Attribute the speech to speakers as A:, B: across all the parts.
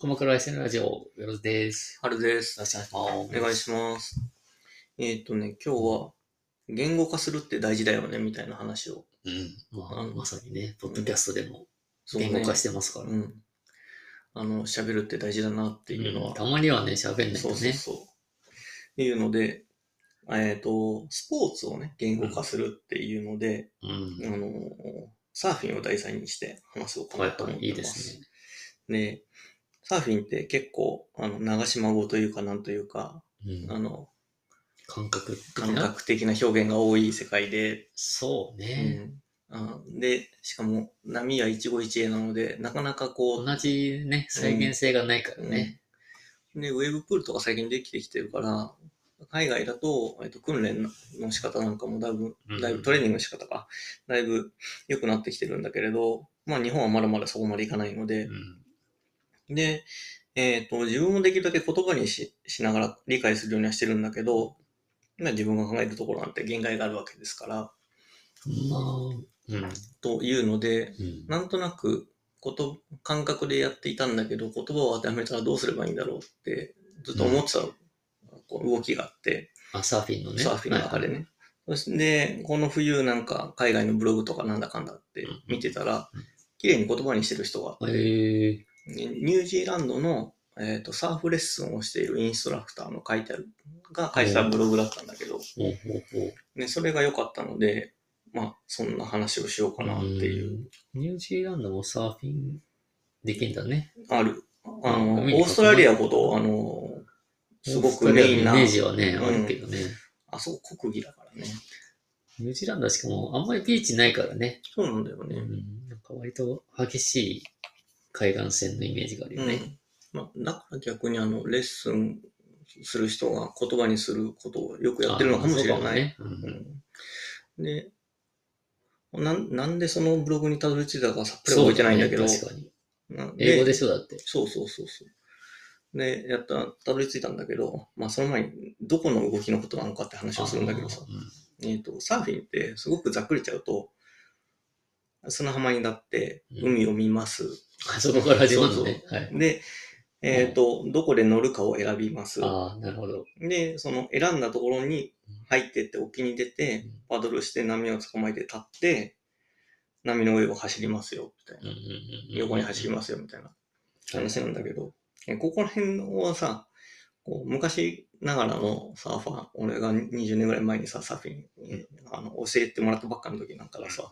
A: 鎌倉 SN ラジオ、よろずです。
B: はるです
A: よ。ろしくお願い
B: お
A: しま
B: 願い
A: す。
B: します。えっ、とね、今日は、言語化するって大事だよね、みたいな話を。
A: うん。まあ、
B: うん
A: まさにね、ポッドキャストでも
B: そうね
A: 言語化してますから。
B: うん。あの、喋るって大事だなっていうのは。
A: うんたまにはね、喋んないと
B: そうそう
A: ね。
B: そう。っていうので、えっ、と、スポーツをね、言語化するっていうので、
A: うん。
B: あの、サーフィンを題材にして話そうか
A: は
B: ないと思ってます。
A: いいですね。
B: で、サーフィンって結構、あの、長島語というか、なんというか、
A: うん
B: あの、
A: 感覚的
B: 感
A: な。
B: 覚的な表現が多い世界で、
A: そうね。
B: うんあで、しかも波は一期一会なので、なかなかこう、
A: 同じね、再現性がないからね。
B: うんで、ウェーブプールとか最近できてきてるから、海外だと、えっと、訓練の仕方なんかもだいぶ
A: うん、
B: だいぶトレーニングの仕方が、だいぶ良くなってきてるんだけれど、まあ日本はまだまだそこまでいかないので
A: う、ん。
B: で、えっ、と、自分もできるだけ言葉にししながら理解するようにはしてるんだけど、まあ自分が考えるところなんて限界があるわけですから、
A: まあ、うん。
B: というので、
A: うん
B: なんとなくこと感覚でやっていたんだけど言葉を当てはめたらどうすればいいんだろうってずっと思ってた、こう動きがあって、
A: あ、サーフィンのね。
B: サーフィンの中で
A: はい。
B: ね。そしてこの冬なんか海外のブログとかなんだかんだって
A: うん
B: 見てたら
A: うん
B: 綺麗に言葉にしてる人が
A: へえ
B: ニニュージーランドの、えー、とサーフレッスンをしているインストラクターの書いてあるが書いてたブログだったんだけど、
A: ほうほうほう。
B: ね、それが良かったのでまあそんな話をしようかなっていう。
A: うん。ニュージーランドもサーフィンできんだね。
B: ある。あの、
A: うん
B: オーストラリアほど、あの、すごくメインな、
A: イメージはね、
B: うん
A: あるけどね。
B: あそこ国技だからね。
A: ニュージーランドはしかもあんまりビーチないからね。
B: そうなんだよ
A: う
B: ね。
A: ん。なんか割と激しい海岸線のイメージがある
B: う
A: よ
B: ん。
A: ね。
B: まあ、だから逆にあの、レッスンする人が言葉にすることをよくやってるのかもしれ
A: あそう
B: ない。
A: ね。うん
B: うん、でなん、なんでそのブログにたどり着いたかさっぱり覚えてないんだけど、
A: そうね確かに。
B: なん
A: 英語でしょ、だって。
B: そうそうそうそう。で、やった、たどり着いたんだけど、まあその前にどこの動きのことなのかって話をするんだけどさ、えっ、と、サーフィンってすごくざっくりちゃうと、砂浜になって、
A: うん
B: 海を見ます。
A: あそこから始まるのね。はい。
B: で、えっ、と、どこで乗るかを選びます。
A: ああ、なるほど。
B: で、その選んだところに入ってって沖に出て
A: うん、
B: パドルして波を捕まえて立って、波の上を走りますよ、みたいな。横に走り
A: ま
B: ますよ、みたいな
A: す
B: 話なんだけど、えここら辺はさ、こう昔ながらのサーファー、俺が20年ぐらい前にさ、サーフィン、あの教えてもらったばっかの時なんか
A: か
B: はさ、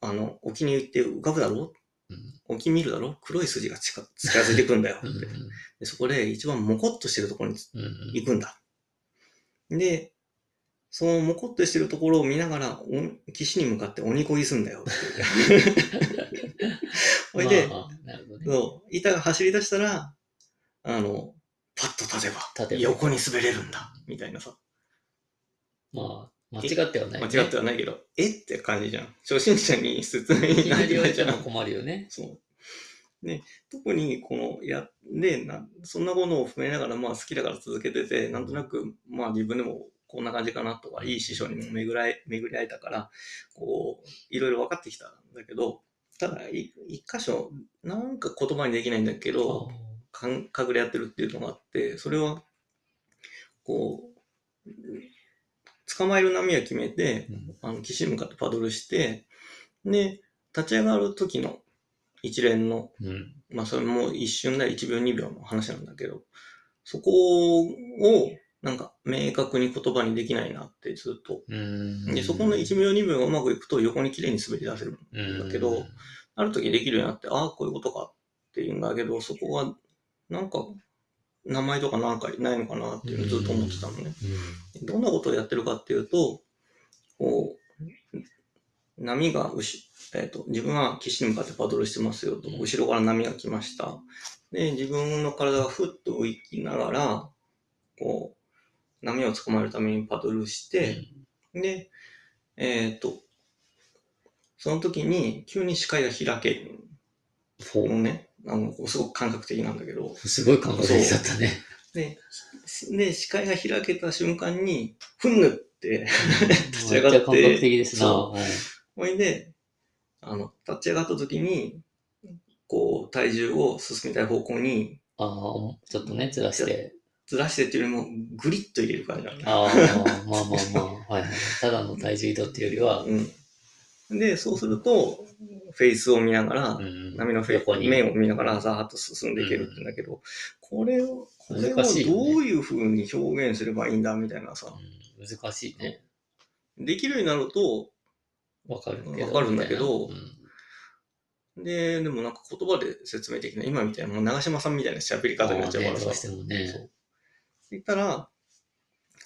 B: あの、沖に行って浮かぶだろ沖見るだろ黒い筋が近近づいてくんだよって。でそこで一番モコっとしてるところに行くんだ。で、そのモコっとしてるところを見ながら、お岸に向かって鬼こぎすん だよっていう。ほいで、
A: まあなるほどね
B: そう板が走り出したら、あの、パッと立てば、
A: 立てば
B: 横に滑れるんだ、みたいなさ。
A: まあ、間違ってはない、
B: 間違ってはないけど、えって感じじゃん。初心者に説明
A: い
B: に
A: き
B: な
A: な
B: っ
A: り言われ
B: て
A: て
B: ゃ
A: も
B: ん。
A: 困るよね。
B: そう。ね、特にこの、や、で、なそんなものを踏めながら、まあ好きだから続けてて、なんとなく、まあ自分でもこんな感じかなとか、いい師匠にも巡らい、巡り合えたから、こう、いろいろ分かってきたんだけど、ただ、い一箇所、なんか言葉にできないんだけど、感覚でやってるっていうのがあって、それは、こう、捕まえる波は決めて、あの岸に向かってパドルして、で、立ち上がる時の一連の、
A: うん
B: まあそれも一瞬なり1秒2秒の話なんだけど、そこをなんか明確に言葉にできないなってずっと。
A: うん
B: で、そこの1秒2秒がうまくいくと横に綺麗に滑り出せる。だけど
A: うん
B: ある時できるようになって、ああ、こういうことかっていうんだけど、そこは、なんか、名前とかなんかないのかなっていうのをずっと思ってたのね。どんなことをやってるかっていうと、こう、波がうし、えっ、と、自分は岸に向かってパドルしてますよと、
A: うん
B: 後ろから波が来ました。で、自分の体がふっと浮きながら、こう、波を捕まえるためにパドルして、で、えっ、と、その時に急に視界が開ける
A: うん
B: のね、あの、こうすごく感覚的なんだけど、
A: すごい感覚的だったね。
B: で、しで視界が開けた瞬間に、ふんぬって、立ち
A: め
B: 上
A: っ
B: がっ
A: ち
B: て
A: ゃ感覚的ですな。
B: そ
A: はい
B: ほいで、あの、立ち上がった時に、こう、体重を進みたい方向に
A: ああ、ちょっとね、ずらして。
B: ずらしてっていうよりも、ぐりっと入れる感じなんだ
A: ああ、まあまあまあ、はいはい。ただの体重移動っていうよりは、
B: うん。で、そうすると、フェイスを見ながら
A: う、ん
B: 波のフェ
A: 横に
B: 面を見ながら、ざーっと進んでいけるんだけど、これを、これをどう
A: 難しいよね
B: いうふうに表現すればいいんだみたいなさ、
A: うん難しいね。
B: できるようになると、
A: わかるけど。
B: わかるんだけど
A: みたいな
B: で、でもなんか言葉で説明できない。今みたいな、もう長嶋さんみたいな喋り方になっちゃうから
A: あーねど
B: さ。
A: うしてもね
B: そう。言ったら、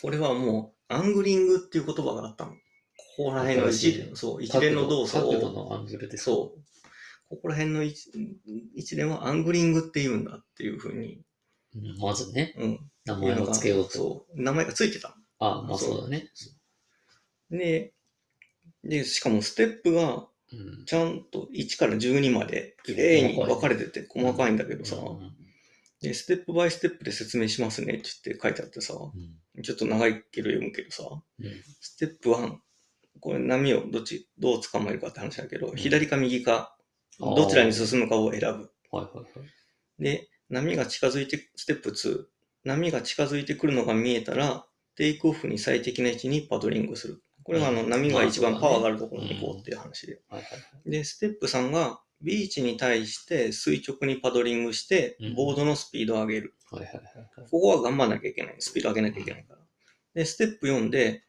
B: これはもう、アングリングっていう言葉があったの。ここら辺の
A: 新し
B: 一
A: いね
B: 連、そう、
A: うん
B: 一連の動作
A: 角度
B: を、
A: のアングルでう。
B: そう、ここら辺の一一連はアングリングって言うんだっていうふうに、
A: うんまずね、
B: うん、
A: 名前をつけようと。
B: そう、名前がついてた
A: ああ、まあそうだね。
B: の。で、で、しかもステップが、
A: うん。
B: ちゃんと1から12まで、綺麗に分かれてて細かいんだけどさ、
A: うん
B: で、ステップバイステップで説明しますねって言って書いてあってさ、
A: うん
B: ちょっと長いけど読むけどさ、
A: うん
B: ステップ1、これ波をどっち、どう捕まえるかって話だけど、左か右か、
A: あー
B: どちらに進むかを選ぶ。
A: はいはいはい。
B: で、波が近づいて、ステップ2、波が近づいてくるのが見えたら、テイクオフに最適な位置にパドリングする。これがあの
A: うん
B: 波が一番
A: まあ
B: パ
A: そうだね
B: ワーがあるところに行こうっていう話で。
A: はいはいはい
B: で、ステップ3が、ビーチに対して垂直にパドリングして
A: うん、
B: ボードのスピードを上げる。
A: はいはいはい。
B: ここは頑張んなきゃいけない。スピード上げなきゃいけないから。で、ステップ4で、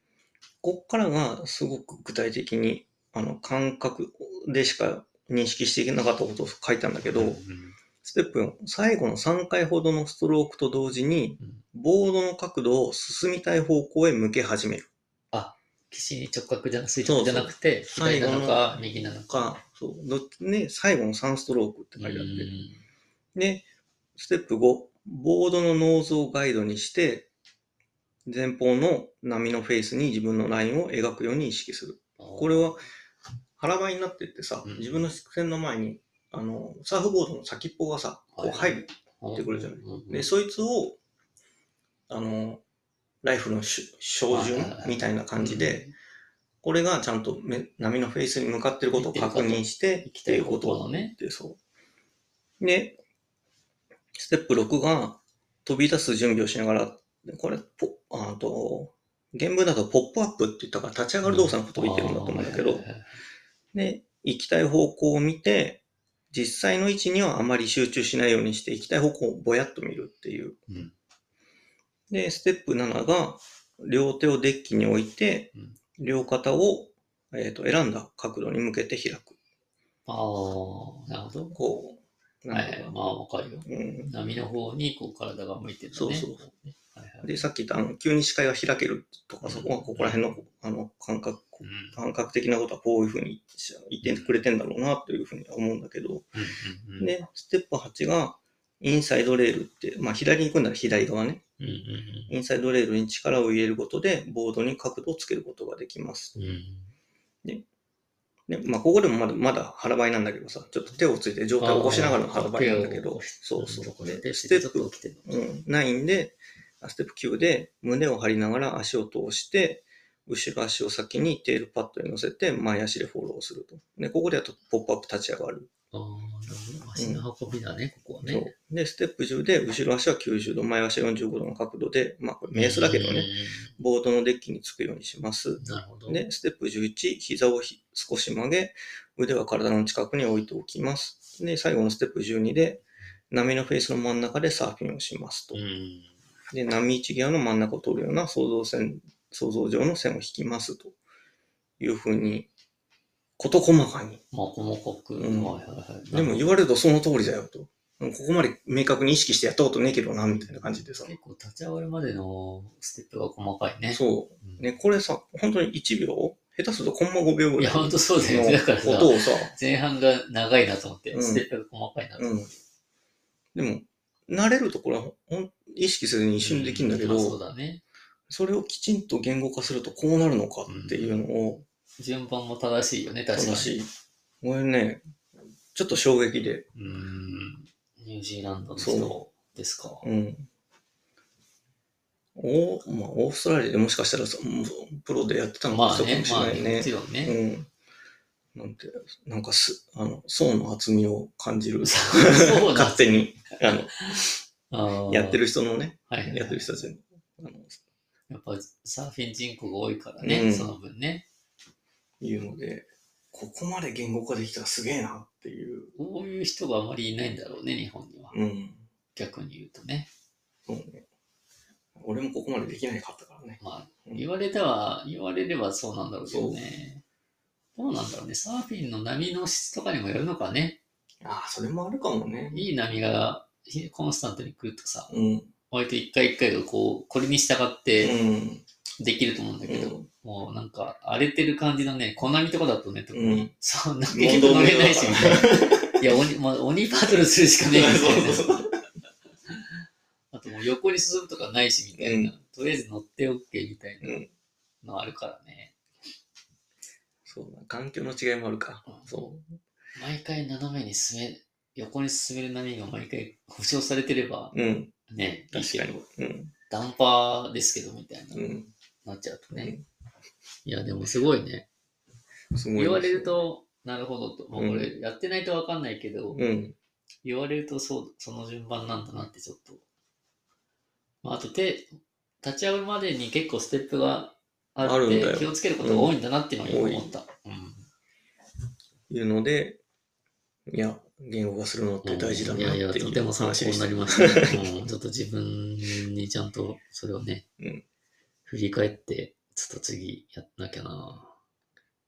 B: こっからがすごく具体的に、あの、感覚でしか認識していけなかったことを書いたんだけど、
A: うん
B: ステップ4、最後の3回ほどのストロークと同時に
A: うん、
B: ボードの角度を進みたい方向へ向け始める。
A: 岸に直角じゃなく垂直じゃなくて、
B: そうそう
A: 左なのか右なのか。
B: か、そう、どっちね、最後の3ストロークって書いてあっ
A: う
B: て。
A: ん
B: で、ステップ5、ボードのノーズをガイドにして、前方の波のフェイスに自分のラインを描くように意識する。これは腹ばいになってってさ、
A: うん
B: 自分の視線の前に、あの、サーフボードの先っぽがさ、こう入る。
A: っ
B: ってくるじゃない
A: い
B: で、そいつを、あの、ライフのし照準
A: はいはいはい
B: みたいな感じで、、これがちゃんとめ波のフェイスに向かってることを確認して、
A: 生きてることのね。
B: で、そう。で、ステップ6が飛び出す準備をしながら、これ、ポあと、原文だとポップアップって言ったから立ち上がる動作のことを言ってるんだと思うんだけ
A: あー
B: ど
A: はい、はいはい
B: で、行きたい方向を見て、実際の位置にはあまり集中しないようにして、行きたい方向をぼやっと見るっていう。
A: うん
B: で、ステップ7が、両手をデッキに置いて、
A: うん
B: 両肩を、えー、と選んだ角度に向けて開く。
A: ああ、なるほど。
B: こう、
A: は
B: ない
A: はい、
B: んとか
A: まあわかるよ。
B: うん
A: 波の方にこう体が向いてるね。
B: そうそう
A: はいはい。
B: で、さっき言ったあの、急に視界が開けるとか、そこはここら辺の、あの、感覚、
A: うん
B: 感覚的なことはこういうふうに言ってくれてんだろうな、というふうには思うんだけど、
A: うんうんうん
B: で、ステップ8が、インサイドレールって、まあ、左に行くんなら左側ね、
A: うんうん
B: インサイドレールに力を入れることで、ボードに角度をつけることができま
A: う
B: す。
A: んうん
B: で、まあ、ここでもまだ、まだ腹ばいなんだけどさ、ちょっと手をついて上体を起こしながらの腹ばいなんだけ
A: あー手を起
B: ど
A: こ、
B: そうそ
A: こ
B: う。
A: れ
B: で、
A: で
B: ス
A: ス
B: テ
A: テ
B: ッ
A: ップ
B: プ
A: を着てる。
B: うん9で、あステップ9で、胸を張りながら足を通して、後ろ足を先にテールパッドに乗せて、前足でフォローすると。で、ここでやっとポップアップ立ち上がる。
A: ああ、なるほど。足の運びだね、ここは
B: そ
A: ね。
B: う。で、ステップ10で、後ろ足は90度、前足は45度の角度で、まあ、これ目安だけどね、ボードのデッキにつくようにします
A: うん。。なるほど。
B: で、ステップ11、膝をひ少し曲げ、腕は体の近くに置いておきます。で、最後のステップ12で、波のフェイスの真ん中でサーフィンをしますと
A: う。ん。
B: で、波一ギアの真ん中を通るような想像線、想像上の線を引きますというふうに、事細かに。
A: まあ、細かく。
B: うん
A: はいはいはい。
B: でも言われるとその通りだよと。もうここまで明確に意識してやったことねえけどな、みたいな感じでさ。
A: 結構立ち上がるまでのステップが細かいね。
B: そうう。
A: ん
B: ね、これさ、本当に1秒下手するとコンマ5秒ぐ
A: いや、
B: らい
A: ほん
B: の
A: とそうだよね。だからさ、
B: 音をさ、
A: 前半が長いなと思って、
B: うん
A: ステップが細かいなと
B: う
A: 思って。
B: ん。でも、慣れるところはほん意識せずに一瞬できるんだけど、
A: まあそうだね。
B: それをきちんと言語化するとこうなるのかっていうのを
A: 順番も正しいよね、確か
B: 楽
A: に。
B: しい。これね、ちょっと衝撃で、
A: うーん。ニュージーランドの人ですか。
B: うん。おまあ、オーストラリアでもしかしたらそもうプロでやってたの
A: ま
B: か
A: あ
B: そうかも
A: ね、
B: しれ
A: まあ
B: な
A: ね、
B: い
A: も
B: ね
A: ち。ろんね。
B: うん。なんて、なんかす、あの、層の厚みを感じ る。
A: そうだ
B: 勝手に、あ
A: あ
B: の、
A: ー
B: やって、る人のね、
A: はいはいはい
B: やってる人たちの。あの
A: やっぱサーフィン人口が多いからね、
B: うん
A: その分ね。
B: いうので、ここまで言語化できたらすげえなっていう。
A: こういう人があまりいないんだろうね、日本には。
B: うん。
A: 逆に言うとね。
B: そうね。俺もここまでできないかったからね。
A: まあ、言われたは、言われればそうなんだろうけどね。どうなんだろうね。サーフィンの波の質とかにもよるのかね。
B: ああ、それもあるかもね。
A: いい波がひコンスタントに来るとさ、
B: うん。
A: 割と一回一回がこう、これに従っ
B: う
A: て
B: ん。
A: できると思うんだ
B: う
A: けど、
B: ん
A: もうなんか荒れてる感じのね、小波とかだとね、特
B: う
A: に
B: ん、
A: そんな
B: 問
A: 結
B: 答
A: 局
B: 無
A: 乗れ
B: 用だ
A: な
B: か
A: いしみたいな。いや、鬼、まあ、鬼バトルするしかねえみたいな。
B: そうそうそ
A: あともう横に進むとかないしみたいな。とりあえず乗って OK みたい
B: うん
A: なのあるからね。
B: そうだ環境の違いもあるか。そ
A: 毎回斜めに進め、横に進める波が毎回保証されてれば
B: う。うん。
A: ね、いい
B: 確
A: け
B: か
A: ど
B: に。うん。
A: ダンパーですけどみたいな、
B: うん。
A: なっちゃうとね。いや、でもすごいね。
B: すごいです
A: 言われる。と、なるほどと。まあ、
B: うん
A: これやってないとわかんないけど、
B: うん。
A: 言われるとそう、その順番なんだなってちょっと。まあ、あと手、立ち上がるまでに結構ステップがあ
B: あ
A: っ
B: るんだ
A: て
B: よ
A: 気をつけることが多いんだなっていうのは今思った。うん
B: いうので、いや、言語化するのって大事だなって
A: いやいや、
B: い
A: と
B: う
A: ても参考
B: 話で
A: に
B: し
A: な
B: た
A: り。ました、 ねうんちょっと自分にちゃんとそれをね、
B: うん
A: 振り返って、ちょっと次やんなきゃな。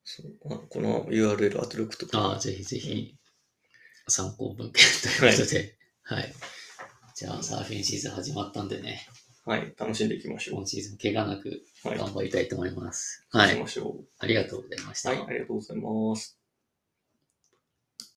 B: そうあこの URL 圧力と
A: ああ、
B: か。
A: ぜひぜひ、参考文献ということで、はい、じゃあ、サーフィンシーズン始まったんでね、
B: はい。楽しんでいきましょ
A: 今シーズン怪我なく
B: う。はい。
A: 頑張りたいと思います。は
B: 行き
A: い。
B: ましょう。
A: ありがとうございました。
B: はい。ありがとうございます。